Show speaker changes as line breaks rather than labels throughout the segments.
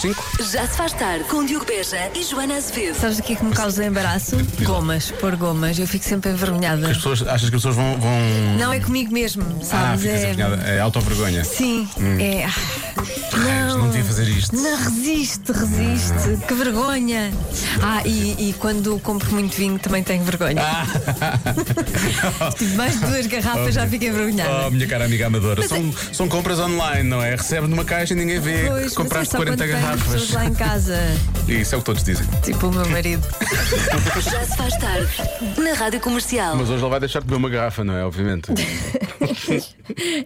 Cinco.
Já se faz tarde com Diogo Beja e Joana Azevedo.
Sabes o que é que me causa embaraço? Gomas, pôr gomas. Eu fico sempre envergonhada.
As pessoas, achas que as pessoas vão. vão...
Não é comigo mesmo,
Ah,
sabes?
ficas
é...
envergonhada. Hum. É autovergonha.
Sim, é. Ah.
Raios, Não devia fazer isto.
Não resiste, resiste. Que vergonha. Ah, e, e quando compro muito vinho também tenho vergonha.
Ah.
Tive mais de duas garrafas, já fico envergonhada.
Oh, minha cara amiga amadora,
Mas é-
são, são compras online, não é? Recebe numa caixa e ninguém vê
Pois, mas
que
é
compraste
só
40
quando tenho
garrafas.
pessoas lá em casa,
E isso é o que todos dizem.
tipo o meu marido.
Já se faz tarde na Rádio Comercial.
Mas hoje ele vai deixar de beber uma garrafa, não é? Obviamente.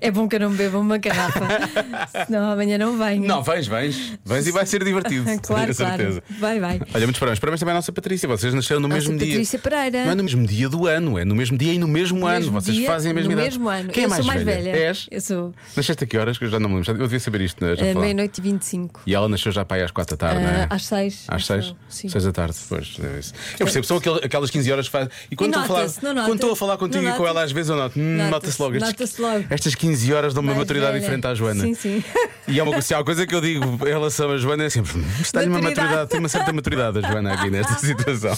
É bom que eu não beba uma garrafa, senão amanhã não venho.
não, vens, vens. Vens e vai ser divertido.
Claro,
tenho a certeza.
claro. Vai, vai.
Olha, muitos parabéns. Parabéns também à nossa Patrícia. Vocês nasceram no
Nossa
mesmo dia.
Patrícia Pereira.
Não é no mesmo dia do ano, é no mesmo dia e no mesmo ano.
Mesmo
Vocês
dia,
fazem a mesma
no
idade.
mesmo ano.
Quem
eu
é mais
sou mais velha.
És?
Eu sou
Nasceste a que horas? Que eu já não me lembro. Eu devia saber isto, não é? Já
eh,
falar.
meia-noite e 25.
E ela nasceu já para aí às quatro da tarde, não
Ah,
é?
às seis.
Às
acho eu.
seis?
Sim.
Seis da tarde, depois. é isso. Eu percebo, são aquel- aquelas 15 horas que faz. E quando,
E
estou, a
nota-se,
falar,
não
quando
nota.
estou a falar contigo e
Não
com ela
nota-se.
às vezes, eu noto. Hum,
Nota-se,
Nota-se logo. Estes-
nota-se logo.
Estas 15 horas dão uma
Mais
maturidade
velha.
diferente à Joana.
Sim, sim.
E é uma, coisa- se há uma coisa que eu digo em relação à Joana é sempre. "Hum, Isto dá-lhe uma
Maturidade.
maturidade, tem uma certa maturidade a Joana aqui nesta situação.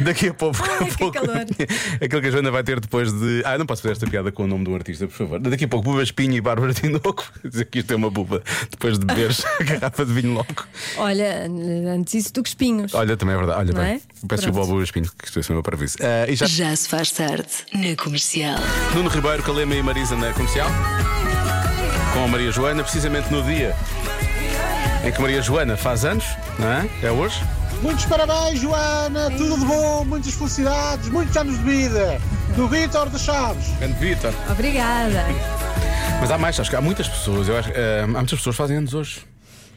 Daqui a pouco.
Ai, que calor.
Aquilo que a Joana vai ter depois de. Ah, não posso fazer esta piada com o nome do artista, por favor. Daqui a pouco, Buba Espinho e Bárbara Tinoco. Dizer que isto é uma buba depois de beberes a garrafa de vinho louco.
Olha, n- antes isso do que espinhos.
Olha, também é verdade. Olha,
Não
bem,
é?
peço desculpa ao
Pronto.
Buba Espinho, que estou a ser o meu parviso. e já
Já se faz tarde na Comercial.
Nuno Ribeiro, Calema e Marisa na comercial. Com a Maria Joana, precisamente no dia em que Maria Joana faz anos, não é? É hoje?
Muitos parabéns, Joana, tudo de bom, muitas felicidades, muitos anos de vida. Do Vitor de Chaves.
Grande Vitor.
Obrigada.
Mas há mais, acho que há muitas pessoas, eu acho, eh, há muitas pessoas que fazem anos hoje.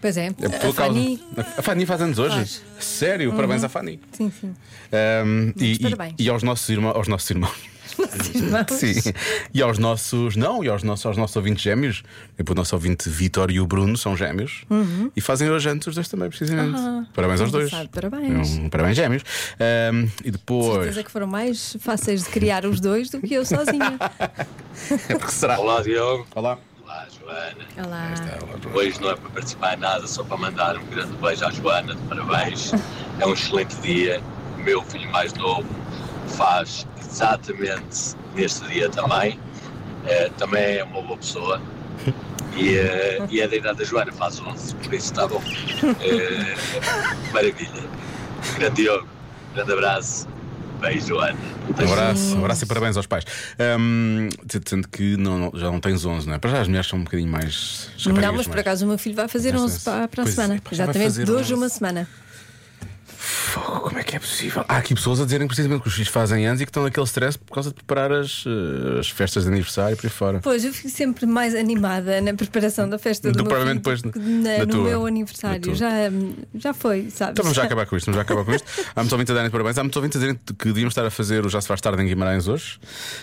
Pois é.
É por tua
a Fanny.
causa. A Fanny faz anos hoje.
Faz.
Sério, parabéns à Fanny.
Sim, sim.
Ahm, e,
parabéns.
e- e aos nossos irmãos, aos nossos irmãos. Sim. E aos nossos, não, e aos nossos, aos nossos ouvintes gêmeos. Tipo, o nosso ouvinte Vitor e o Bruno são gêmeos. E fazem hoje antes os dois também, precisamente.
Ah,
parabéns aos dois.
Uhum. engraçado, parabéns.
É um parabéns gêmeos. Ahm, e depois.
Certeza que foram mais fáceis de criar os dois do que eu sozinha.
Porque será?
Olá Diogo.
Olá.
Olá Joana.
Olá.
Hoje não é para participar em nada, só para mandar um grande beijo à Joana, de parabéns. É um excelente dia. O meu filho mais novo faz exatamente neste dia também. Eh, também é uma boa pessoa. E, eh, e é da idade da Joana, faz 11, por isso está bom. Eh, maravilha. Grande Diogo, grande abraço. Beijo, Joana.
Um abraço, um abraço e parabéns aos pais. Ahm, sendo que não, não- já não tens 11, não é? Para já as mulheres são um bocadinho mais. raparigas,
Não, mas por
mais-
acaso o meu filho vai fazer
Mas,
11 para, para a
pois é,
semana.
pá, já vai
Exatamente,
fazer
de
11.
hoje uma semana.
Fogo, como é que é possível? Há aqui pessoas a dizerem precisamente que os filhos fazem anos e que estão naquele stress por causa de preparar as, eh, as festas de aniversário e por aí fora.
Pois, eu fico sempre mais animada na preparação da festa do,
Do-
meu
Então, provavelmente
filho do
depois
que
na-
na-
da
no
tua.
meu
Da tua.
aniversário. Já, já foi, sabes?
Então vamos já acabar com isto, vamos já acabar com isto. Há muitos ouvintes a darem parabéns, há muitos ouvintes a dizerem que devíamos estar a fazer o Já Se Faz Tarde em Guimarães hoje,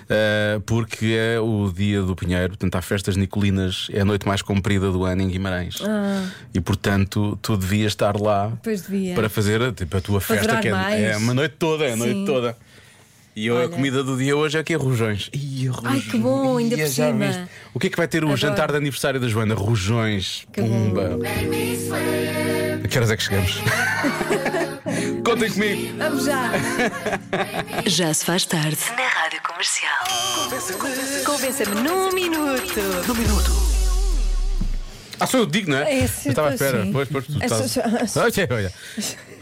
eh, porque é o dia do Pinheiro, portanto há festas nicolinas, é a noite mais comprida do ano em Guimarães. E portanto tu devias estar lá
Ah. Pois devia.
para fazer tipo, a tua festa,
durar
que
mais.
é, é uma noite toda, é a noite
Sim.
toda. E eu, a
Olha.
comida do dia hoje é aqui é rojões. Ih, rojões.
que bom, ainda por
já
cima.
viste? O que é que vai ter o
Adoro.
jantar de aniversário da Joana? Rojões.
Que bom.
Pumba. A que horas é que chegamos? Contem comigo.
Vamos já.
Já se faz tarde na Rádio Comercial.
Convença-me num minuto.
Ah, sou eu que digo, não é?
É,
Eu
sim,
estava à
pois
espera.
sim.
Pois, pois, tu
É,
estás.
sou- sou-
Olha, olha.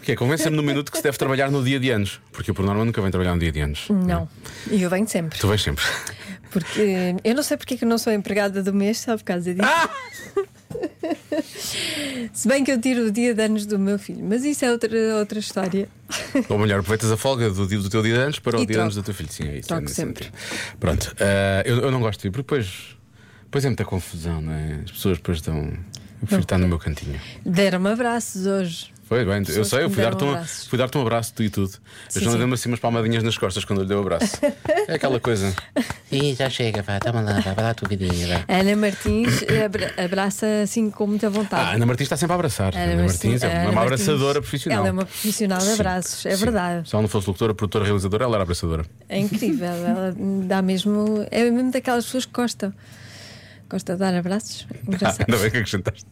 Que é, convença-me no minuto que se deve trabalhar no dia de anos. Porque eu, por norma, nunca venho trabalhar no dia de anos.
Não, e eu venho sempre.
Tu vens sempre.
Porque eu não sei porque é que eu não sou empregada do mês, só por causa disso.
Ah!
Se bem que eu tiro o dia de anos do meu filho, mas isso é outra, outra história.
Ou melhor, aproveitas a folga do, dia- do teu dia de anos para o
E
dia de anos do
troco.
teu filho. Sim, é isso.
Troco
é nesse
sempre.
sentido. Pronto, ah, eu, eu não gosto de ir, porque depois, depois é muita confusão, não é? As pessoas depois estão. Eu prefiro estar no meu cantinho.
Deram-me abraços hoje.
Foi bem, eu
Pessoas
sei,
que
eu
me
fui
deram
dar-te um,
abraços.
fui dar-te um abraço tu e tudo. A
Sim,
Joana
sim.
deu-me assim umas palmadinhas nas costas quando eu lhe deu o abraço. É aquela coisa.
Ih, já chega, vá, toma lá, vá, vai lá a tua vidinha, vá.
A Ana Martins abra- abraça assim com muita
Ah, a
vontade.
Ana Martins está sempre a abraçar. A Ana Martins
a
é
Ana
uma
Martins,
abraçadora profissional.
Ela é uma profissional de
Sim,
abraços, é
sim.
verdade.
Se ela não fosse locutora, produtora, realizadora, ela era abraçadora.
É incrível. Ela dá mesmo. É mesmo daquelas pessoas que gostam. Gosta de dar abraços.
Ah,
Engraçado.
ainda bem que acrescentaste.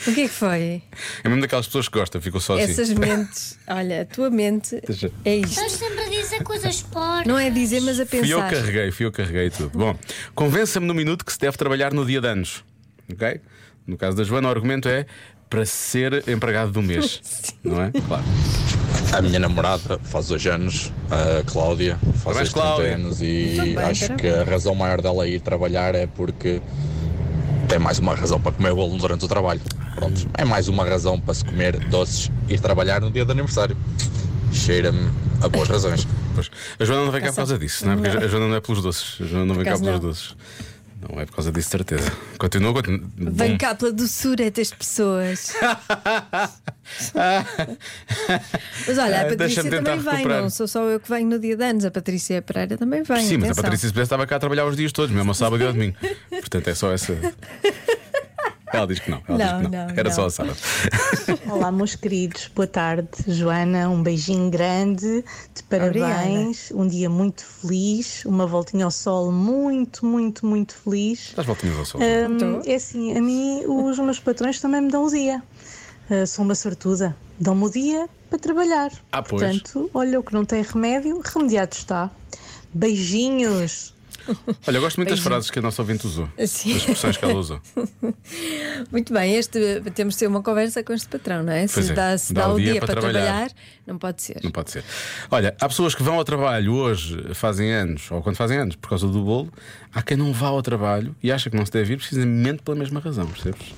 O que é que foi?
É mesmo daquelas pessoas que gostam, ficou só assim.
Essas mentes. Olha, a tua mente
Deixa.
é isto.
Mas sempre dizer coisas porcas.
Não é dizer, mas a
Fui eu que
pensar.
carreguei, fui eu que carreguei tudo. Bom, convença-me no minuto que se deve trabalhar no dia de anos. Ok? No caso da Joana, o argumento é para ser empregado do mês. não é? Claro.
A minha namorada faz hoje anos, a Cláudia, faz
Parabéns,
hoje 30
Cláudia.
anos e
Muito bem,
acho
parabéns.
que a razão maior dela ir trabalhar é porque tem mais uma razão para comer bolo durante o trabalho. Pronto, é mais uma razão para se comer doces e ir trabalhar no dia do aniversário. Cheira-me a boas razões.
Pois. A Joana não vem cá por
Essa-
causa disso, não é? Porque a Joana não é pelos doces. A Joana não vem cá
acaso
pelos
não.
doces. Não é por causa disso, de certeza. Continua, continua.
Vem cá pela doçura é das pessoas. Mas olha,
Ah,
a Patrícia
deixa-me tentar
também vem,
recuperar.
não sou só eu que venho no dia de anos, a Patrícia Pereira também vem.
Sim, mas a
atenção.
Patrícia se pudesse, estava cá a trabalhar os dias todos, mesmo ao sábado e ao domingo. Portanto, é só essa. Ela diz que não. Ela
Não,
diz que não.
não,
Era
não.
só ao sábado.
Olá, meus queridos, boa tarde. Joana, um beijinho grande, de parabéns, um dia muito feliz, uma voltinha ao sol muito, muito, muito feliz.
Estás voltinhas ao sol.
Hum,
Então.
é assim, a mim os meus patrões também me dão o dia. Ah, sou uma sortuda, dão-me o dia para trabalhar.
Ah, pois.
Portanto, olha, o que não tem remédio, remediado está. Beijinhos.
Olha, eu gosto muito das frases que a nossa ouvinte usou.
Ah, Sim.
Das expressões que ela usou.
Muito bem, este, temos de ter uma conversa com este patrão, não é? Se,
Pois é,
dá, se dá, o dia, para trabalhar.
trabalhar,
não pode ser.
Não pode ser. Olha, há pessoas que vão ao trabalho hoje, fazem anos, ou quando fazem anos, por causa do bolo. Há quem não vá ao trabalho e acha que não se deve ir precisamente pela mesma razão, percebes?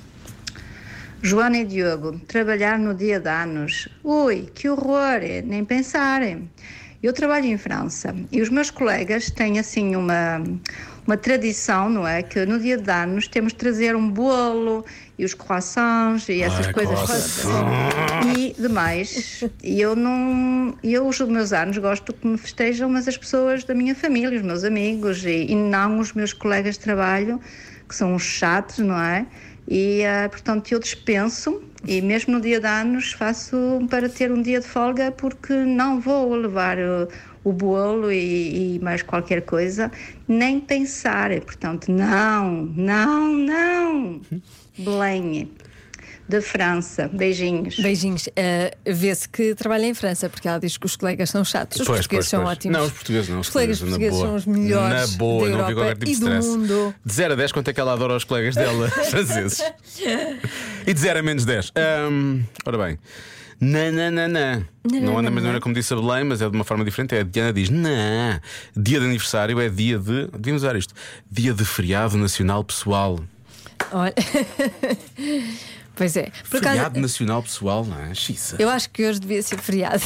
Joana e Diogo, trabalhar no dia de anos. Ui, que horror! Nem pensarem. Eu trabalho em França e os meus colegas têm assim uma, uma tradição, não é? Que no dia de anos temos de trazer um bolo e os croissants e essas
Ai,
coisas
croissants.
todas. E demais, eu não. Eu, os meus anos, gosto que me festejam, mas as pessoas da minha família, os meus amigos e, e não os meus colegas de trabalho, que são uns chatos, não é? E, ah, portanto, eu dispenso e mesmo no dia de anos faço para ter um dia de folga porque não vou levar ah, o bolo e, e mais qualquer coisa, nem pensar. Portanto, não, não, não. Belém, de França. Beijinhos.
Beijinhos. Ah, Vê-se que trabalha em França, porque ela diz que os colegas são chatos. Os portugueses são ótimos.
Não, os portugueses não.
Os colegas
na
portugueses
boa.
são os melhores
Na boa,
da
não vi qualquer tipo
Europa
de
e do
stress.
mundo.
De 0 a 10, quanto é que ela adora os colegas dela, franceses? E de 0 a menos 10. Ahm, ora bem. Nananana. Não é da maneira como disse a Belém, mas é de uma forma diferente. É a Diana diz: Não, dia de aniversário é dia de. Devíamos usar isto: dia de feriado nacional pessoal.
Olha. pois é. Por acaso,
feriado nacional pessoal, não é? Xiça.
eu acho que hoje devia ser feriado.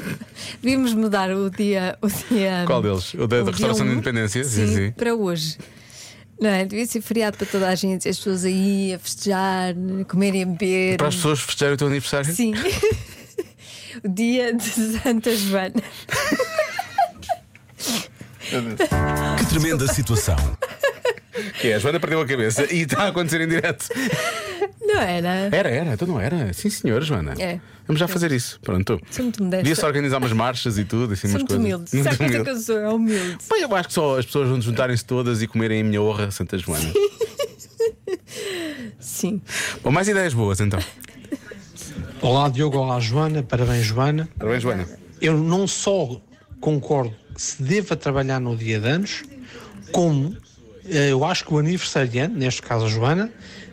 Devíamos mudar o dia. O dia
Qual deles? O da
dia
restauração da
um,
independência? Sim,
Sim,
sim.
Para hoje. Não é? Devia ser feriado para toda a gente, as pessoas aí a festejar, a comer e a beber.
Para as pessoas festejarem o teu aniversário?
Sim. o dia de Santa Joana.
Que tremenda situação.
Que é, a Joana perdeu a cabeça e está a acontecer em direto.
Não é? era?
Era, era, então não era. Sim, senhora, Joana.
É.
Vamos já fazer isso. Pronto.
Sou muito modesta.
Devia-se organizar umas marchas e tudo, assim,
Sou
umas
muito
coisas.
humilde. Sabe quanto é que eu sou? É humilde.
Pois eu acho que só as pessoas vão juntarem-se todas e comerem a minha honra Santa Joana.
Sim.
Ou mais ideias boas, então.
Olá Diogo, olá Joana, parabéns Joana.
Parabéns, Joana.
Eu não só concordo que se deva trabalhar no dia de anos, como eh, eu acho que o aniversariante, neste caso a Joana,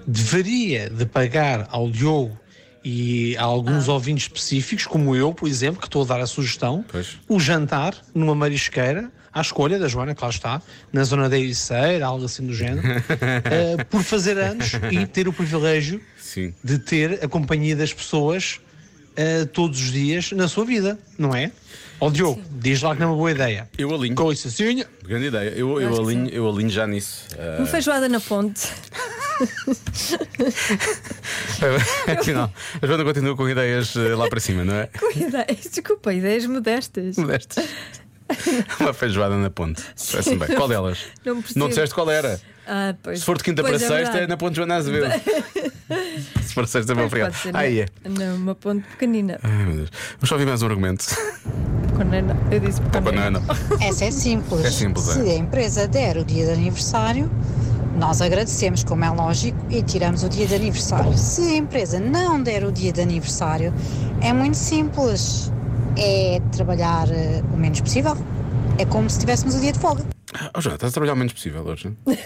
deveria de pagar ao Diogo e a alguns ouvintes específicos, como eu, por exemplo, que estou a dar a sugestão,
Pois.
o jantar numa marisqueira, à escolha da Joana, que lá está, na zona da Ericeira, algo assim do género, eh, por fazer anos e ter o privilégio
Sim.
de ter a companhia das pessoas eh, todos os dias na sua vida, não é? Ó Diogo, diz lá que não é uma boa ideia.
Eu alinho.
Com licencinha.
Grande ideia. Eu, eu, alinho, eu alinho já nisso. Ah,
Uma feijoada na ponte.
Afinal, a Joana continua com ideias eh, lá para cima, não é?
Com ideias- Desculpa, ideias modestas.
Destes. Uma feijoada na ponte. Parece-me bem. Qual delas?
Não percebo.
não disseste qual era.
Ah, pois.
Se for de quinta
Pois,
para sexta,
verdade.
é na Ponte Joana Azevedo. Se for sexta, é meu
Pois
feriado.
pode ser,
Aí é.
não- Numa ponte pequenina.
Ai, meu Deus. Vamos só ouvir mais um argumento.
Pequenina. Eu disse
Banana.
Essa é simples.
É simples, é.
Se a empresa der o dia de aniversário,
Nós agradecemos, como é lógico, e tiramos o dia de aniversário. Se a empresa não der o dia de aniversário, é muito simples. É trabalhar eh, o menos possível. É como se tivéssemos o dia de folga.
Oh, Joana, estás a trabalhar o menos possível hoje. não? é?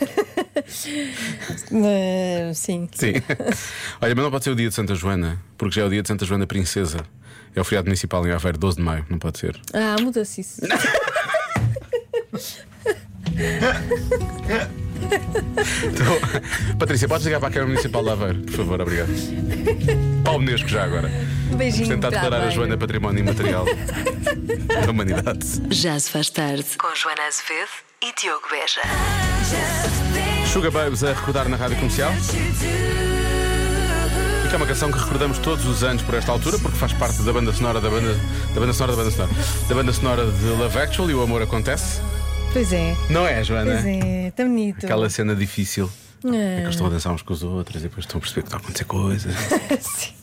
Eh, sim.
Sim. Olha, mas não pode ser o dia de Santa Joana, porque já é o dia de Santa Joana Princesa. É o feriado municipal em Aveiro, 12 de maio, não pode ser.
Ah, muda-se isso.
Então, Patrícia, podes ligar para a Câmara Municipal de Aveiro, por favor, obrigado. Paulo Unesco já agora. Vamos
Um
Beijinho
tentar
tá
para
declarar a
Aveiro.
Joana património imaterial da humanidade.
Já se faz tarde com Joana Azevedo e Diogo Beja.
Sugar Babes a recordar na rádio comercial. E que é uma canção que recordamos todos os anos por esta altura, porque faz parte da banda sonora da banda, da banda sonora da banda sonora, da banda sonora de Love Actual e o amor acontece.
Pois é.
Não é,
Pois
Joana?
é, tão bonito.
Aquela cena difícil. É que
Ah.
eles estão a dançar uns com os outros e depois estão a perceber que está a acontecer coisas.
Sim.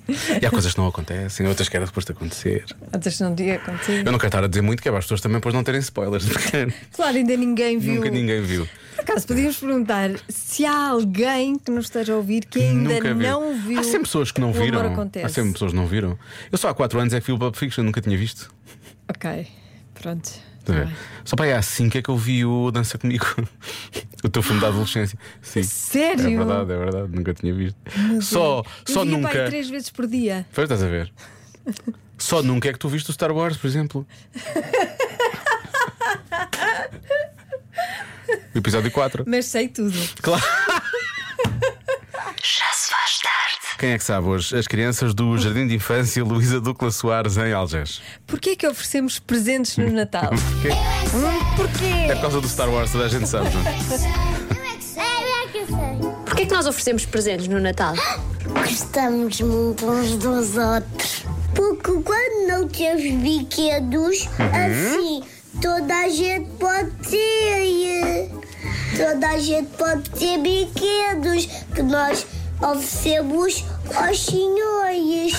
E há coisas que não acontecem, outras que era depois de acontecer.
Antes não dia
Eu
contigo.
não quero estar a dizer muito, que é para as pessoas também depois não terem spoilers, porque
Claro, ainda ninguém viu.
nunca ninguém viu.
Por acaso podíamos perguntar se há alguém que nos esteja a ouvir que ainda
Nunca viu.
não viu.
Há sempre pessoas que não
o
viram.
Amor
Há
acontece.
sempre pessoas que não viram. Eu só há 4 anos é que vi o Pulp Fiction, nunca tinha visto.
Ok, pronto. Tá
Estás a ver? Só para aí há 5 é que eu vi o Dança Comigo, o teu filme da adolescência. Sim.
Sério?
É verdade, é verdade, nunca tinha visto.
Meu Deus.
Só,
Eu
só
via, pá, aí
nunca.
três vezes por dia.
Pois estás a ver? Só nunca é que tu viste o Star Wars, por exemplo. O episódio 4.
Mas sei tudo.
Claro.
Já se faz tarde.
Quem é que sabe hoje? As crianças do Jardim de Infância Luísa Ducla Soares em Algés.
Porquê é que oferecemos presentes no Natal?
Porquê?
Hum,
É
porquê?
por causa do Star Wars, toda a gente sabe. João.
Porquê é que nós oferecemos presentes no Natal?
Gostamos muito uns dos outros. Porque quando não temos brinquedos,
Uhum.
assim, toda a gente pode ter. eh, Toda a gente pode ter brinquedos que nós oferecemos aos senhores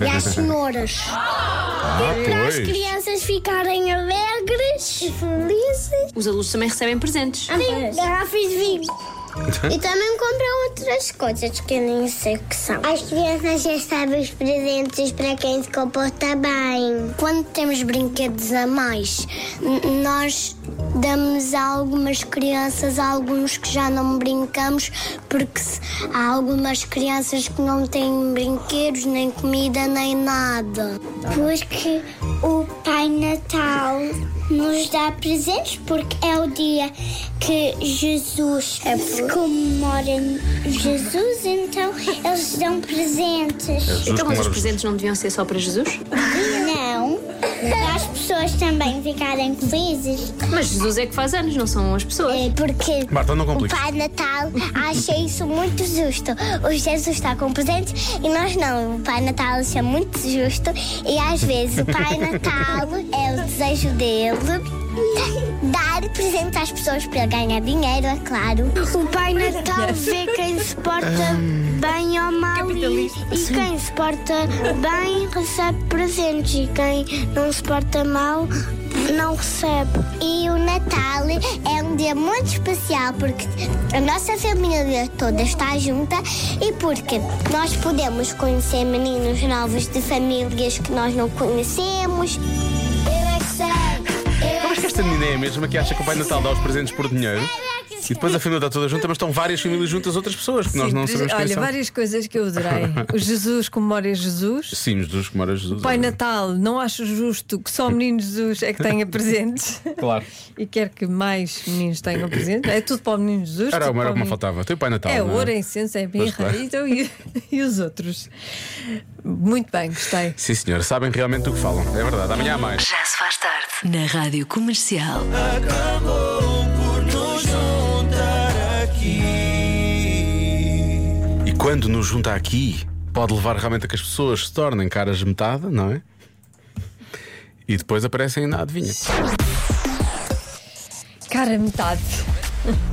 e às senhoras.
Ah,
para as
pois.
é-
crianças ficarem alegres e felizes.
Os alunos também recebem presentes.
Sim, garrafas de vinho.
Uhum.
E também compram outras coisas que eu nem sei o que são. As crianças já sabem os presentes para quem se comporta bem. Quando temos brinquedos a mais, n- nós damos a algumas crianças, a alguns que já não brincamos, porque se- há algumas crianças que não têm brinquedos, nem comida, nem nada. Porque o Pai Natal nos dá presentes, porque é o dia que Jesus se comemora Jesus, então eles dão presentes.
Então, mas os presentes não deviam ser só para Jesus?
Não, para as pessoas também ficarem felizes.
Mas Jesus é que faz anos, não são as pessoas.
É porque
Marta, não
Então
compliques.
o Pai Natal acha isso muito justo. O Jesus está com presentes e nós não. O Pai Natal acha muito justo e às vezes o Pai Natal é o desejo dele. Dar presentes às pessoas para ele ganhar dinheiro, é claro. O Pai Natal vê quem se porta bem ou mal e, e quem se porta bem recebe presentes e quem não se porta mal não recebe. E o Natal é um dia muito especial porque a nossa família toda está junta e porque nós podemos conhecer meninos novos de famílias que nós não conhecemos. Eu é que sei, é eu é
Mas que esta menina é a mesma que acha que o Pai Natal dá os presentes por dinheiro e depois a família está toda junta, mas estão várias famílias juntas, outras pessoas que nós não sabemos quem
Olha,
são.
várias coisas que eu adorei. O Jesus comemora Jesus.
Sim, dos que mora Jesus.
O Pai Natal não acha justo que só o menino Jesus é que tenha presentes
Claro.
e quer que mais meninos tenham presentes. É tudo para o menino Jesus.
Era
tudo
o
para
era
o
o que me
menino-
faltava. Tem o Pai Natal.
É
não
ouro, é incenso, é birra
Pois, claro.
então, e, e os outros. Muito bem, gostei.
Sim, senhor, sabem realmente do que falam. É verdade, amanhã há mais.
Já se faz tarde na rádio comercial.
E quando nos junta aqui, pode levar realmente a que as pessoas se tornem caras de metade, não é? E depois aparecem na adivinha.
Cara, metade.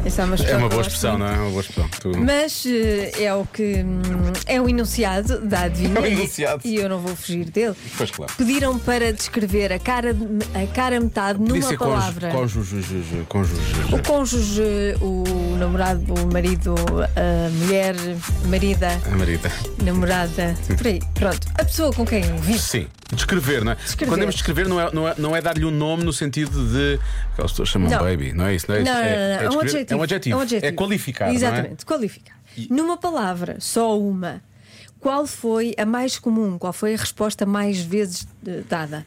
Essa é
É
uma
uma
expressão que eu
boa
gosto
expressão, não é? É Uma boa expressão. Tu-
Mas eh, é o que hum, é o enunciado da adivinha.
É o enunciado.
E eu não vou fugir dele.
Pois claro.
Pediram para descrever a cara, a cara metade
Podia
numa
ser
palavra.
cônjuge, cônjuge, cônjuge.
O cônjuge, o namorado, o marido, a mulher, marida,
A marida.
namorada, por aí. Pronto. A pessoa com quem vive.
Sim, descrever, não é? Quando temos descrever, não é, não é, não é dar-lhe um nome no sentido de. Aquelas pessoas chamam
Não.
baby, não é isso? Não é, isso?
Não, não,
É- é
não, não, é um
descrever-
adjetivo.
É um adjetivo. É qualificar, não é?
Exatamente, qualificar. Numa palavra, só uma. Qual foi a mais comum? Qual foi a resposta mais vezes eh, dada?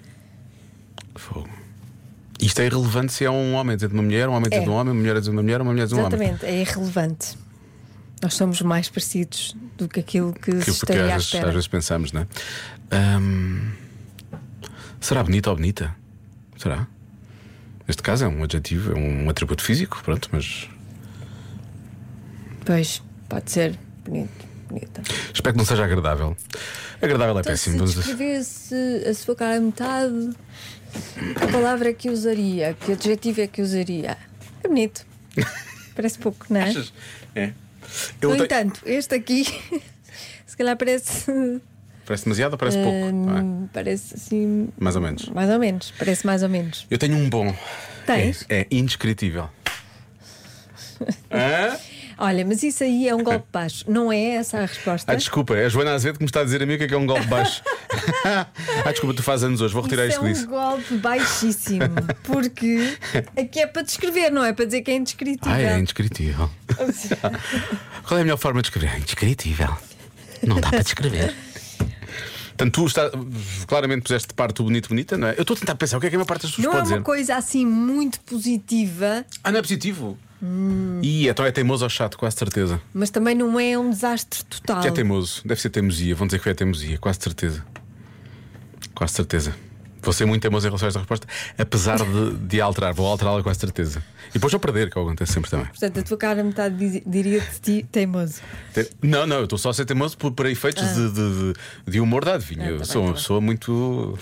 Isto é irrelevante se é um homem dizendo uma mulher, um homem dizendo
É.
um homem, uma mulher dizendo uma mulher, uma mulher dizendo um homem.
Exatamente, é irrelevante. Nós somos mais parecidos do que aquilo que, se
Que, porque
estaria à
às vezes, às
espera.
vezes pensamos, não é? Ahm, será bonita ou bonita? Será? Neste caso é um adjetivo, é um atributo físico, pronto, mas
Pois, pode ser bonito, bonita.
espero que não seja agradável. Agradável é
Então, se
péssimo. vamos-
descrevesse a sua cara a metade, que palavra é que usaria? Que adjetivo é que usaria?
É bonito. Parece pouco, não é?
Achas? É. Eu
No
tenho-
entanto, este aqui, se calhar parece.
Parece demasiado ou parece pouco?
eh,
não é?
Parece assim.
Mais ou menos.
Mais ou menos, parece mais ou menos.
Eu tenho um bom.
Tens?
É, é indescritível. Hã?
Olha, mas isso aí é um golpe baixo. Não é essa a resposta.
Ah, desculpa, é a Joana Azevedo que me está a dizer a mim o que é, que é um golpe baixo. ah, desculpa, tu fazes anos hoje, vou retirar
Isso
isto
é
disso.
um golpe baixíssimo, porque aqui é para descrever, não é para dizer que é indescritível.
Ah, é indescritível. Qual é a melhor forma de escrever? É indescritível. Não dá para descrever. Portanto, tu está, claramente puseste de parte o bonito bonita, não é? Eu estou a tentar pensar o que é que a maior parte das pessoas
Não é uma
pode dizer.
coisa assim muito positiva,
Ah, não é positivo?
Hum.
Ih, então é teimoso ou chato, quase certeza.
mas também não é um desastre total.
Que é teimoso, deve ser teimosia, vão dizer que é teimosia, quase certeza. Quase certeza. Vou ser muito teimoso em relação a esta resposta, apesar de, de alterar, vou alterá-la com certeza. E depois vou perder, que acontece sempre também.
Portanto, a tua cara metade diz- diria de ti teimoso.
Te- Não, não, eu estou só a ser teimoso por, para efeitos
Ah. tá
de, de- de- de humor da adivinha. eu sou uma pessoa muito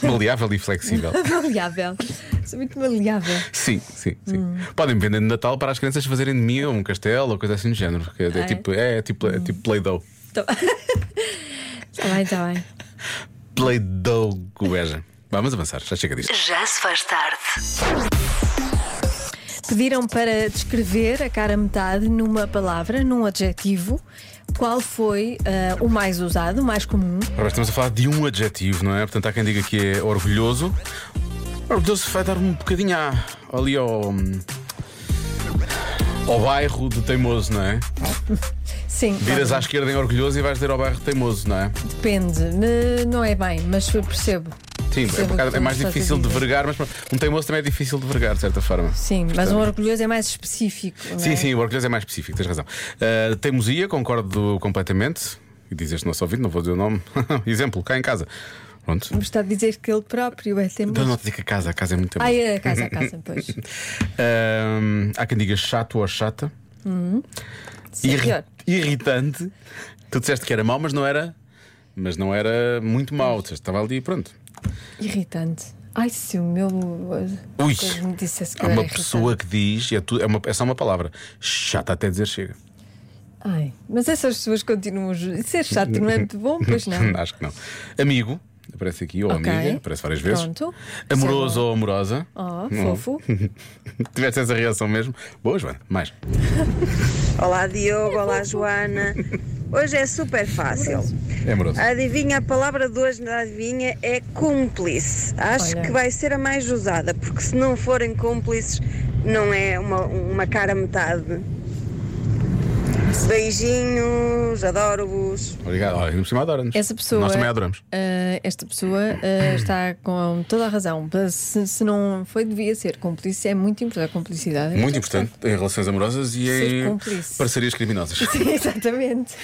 maleável e flexível.
maleável. Sou muito maleável.
Sim, sim, sim.
Hum.
Podem vender no Natal para as crianças fazerem de mim um castelo ou coisa assim do género. porque É,
Ah, é?
tipo, é, é tipo, é tipo Play-Doh.
Está Então. Tá bem, está bem.
Play-Doh goeja. Vamos avançar, já chega disto.
Já se faz tarde.
Pediram para descrever a cara metade numa palavra, num adjetivo. Qual foi
eh,
ah, o mais usado, o mais comum?
Ora, bem, estamos a falar de um adjetivo, não é? Portanto, há quem diga que é orgulhoso. Orgulhoso vai dar um bocadinho à- ali ao. hum, ao bairro de teimoso, não é?
Sim.
Viras à esquerda em orgulhoso e vais dizer ao bairro de teimoso, não é?
Depende, me- não é bem, mas eu percebo.
Sim, é, um
Percebo o
bocado,
que
é mais
estás a
difícil de
dizer.
vergar, mas pronto, um teimoso também é difícil de vergar, de certa forma.
Sim, mas
Portanto,
um orgulhoso é mais específico. não
Sim,
é?
sim, o orgulhoso é mais específico, tens razão. Uh, teimosia, concordo completamente. E diz este nosso ouvido, não vou dizer o nome. Exemplo, cá em casa. Pronto.
Mas está a dizer que ele próprio é
Dá
teimoso.
nota de que a casa, a casa é muito teimosa.
Ah, é a casa, a casa, pois.
Ahm, há quem diga chato ou chata.
Uhum.
Irri-
pior.
Irritante. Tu disseste que era mau, mas não era. Mas não era muito mau. Disseste, Estava ali e pronto.
Irritante. Ai, se o meu.
Ui!
coisa Me dissesse é que
Há
eu era
uma
irritante.
pessoa que diz, e é, tu- é uma- é só uma palavra, chata até dizer chega.
Ai, mas essas pessoas continuam. ju- Isso é chato, não é muito bom? Pois não.
Acho que não. Amigo, aparece aqui, ou
Ok.
amiga, aparece várias vezes.
Pronto. é
Amoroso ou amorosa.
Oh,
Não.
fofo.
Tiveste essa reação mesmo. Boa, Joana, mais.
Olá Diogo,
É
olá Joana. Hoje é super fácil.
É amoroso.
Ah.
Adivinha, a palavra de hoje na adivinha é cúmplice. Acho que vai ser a mais usada, porque se não forem cúmplices, não é uma, uma cara metade. Beijinhos, adoro-vos.
Obrigado. Olha, ainda por cima adora-nos.
Essa pessoa. é
Nós também adoramos.
ah, esta pessoa ah, está com toda a razão. Se, se não foi, devia ser cúmplice. É muito importante a cumplicidade.
Muito importante em relações amorosas e
Ser
em
cúmplice.
parcerias criminosas.
Sim, exatamente.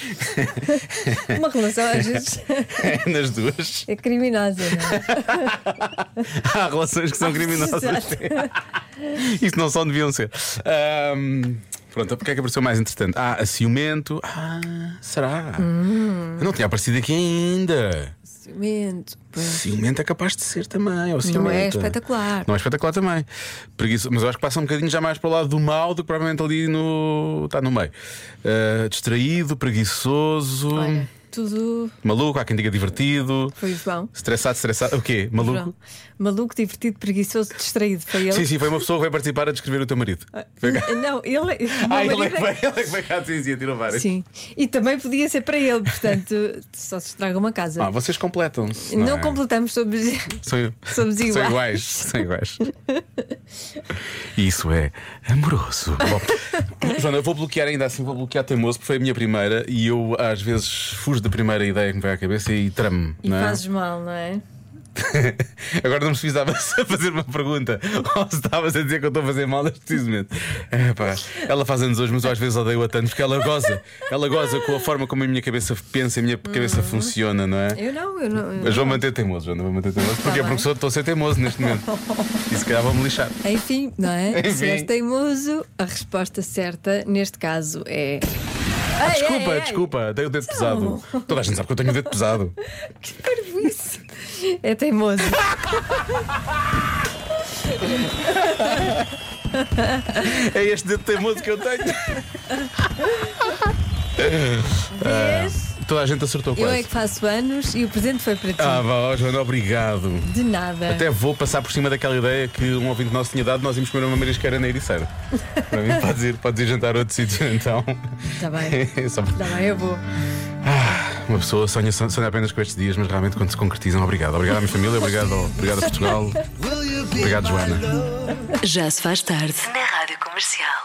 Uma relação às vezes
Nas duas.
é criminosa, não
Há relações que são
é?
criminosas.
Exato.
Isso não só deviam ser. Ahm, Pronto, porque é que apareceu mais interessante? Ah, a ciumento. Ah, será?
Hum.
Eu não tinha aparecido aqui ainda.
Ciumento. pois.
Ciumento é capaz de ser também. Ou
Não
ciumenta.
é espetacular.
Não é espetacular também. Preguiço- mas eu acho que passa um bocadinho já mais para o lado do mal do que provavelmente ali no. está no meio. Ah, distraído, preguiçoso,
Tudo
maluco, há quem diga divertido,
foi o João.
estressado, estressado. O quê? Maluco?
João. Maluco, divertido, preguiçoso, distraído. Foi ele.
Sim, sim, foi uma pessoa que veio participar a descrever o teu marido. Foi cá.
Não, ele. o meu
Ah, ele é
marido
que veio- ele é que veio cá sim, sim, tirou várias.
Sim, e também podia ser para ele, portanto, só se estraga uma casa.
Ah, vocês completam-se.
não
é?
completamos, somos,
São,
somos
são
iguais.
iguais. São iguais. Isso é amoroso. Bom, Joana, eu vou bloquear ainda assim, vou bloquear teimoso, porque foi a minha primeira e eu às vezes fujo da primeira ideia que me vem à cabeça e tramo.
E
não é?
fazes mal, não é?
Agora não me precisavas a fazer uma pergunta. Ou se estavas a dizer que eu estou a fazer mal é neste preciso momento. Epá, ela faz anos hoje, mas eu às vezes odeio-a tanto porque ela goza. Ela goza com a forma como a minha cabeça pensa, a minha cabeça funciona, não é?
Eu não, eu não. eu
Mas vou
não.
manter teimoso, Joana, vou manter teimoso.
Tá
Porquê? Porque sou, estou a ser teimoso neste momento. E se calhar vou-me lixar.
Enfim, não é?
Enfim.
Se és teimoso, a resposta certa neste caso é. Ei,
Ah, desculpa,
ei, Tá ei,
desculpa, tenho o dedo pesado. Toda a gente sabe que eu tenho o dedo pesado.
Que parvoíce! É teimoso.
É este dedo teimoso que eu tenho. Ah, toda a gente acertou
Eu
quase.
é que faço anos e o presente foi para ti.
Ah, vá, ó, Joana, obrigado.
De nada.
Até vou passar por cima daquela ideia que um ouvinte nosso tinha dado, nós íamos comer uma marisqueira na Ericeira. Para mim, podes ir, podes ir jantar a outro sítio, então. É
Está Tá bem.
Só-
Está bem, eu vou.
Uma pessoa sonha, sonha apenas com estes dias, mas realmente quando se concretizam, obrigado. Obrigado à minha família, obrigado, ao- obrigado a Portugal. Obrigado, Joana.
Já se faz tarde na Rádio Comercial.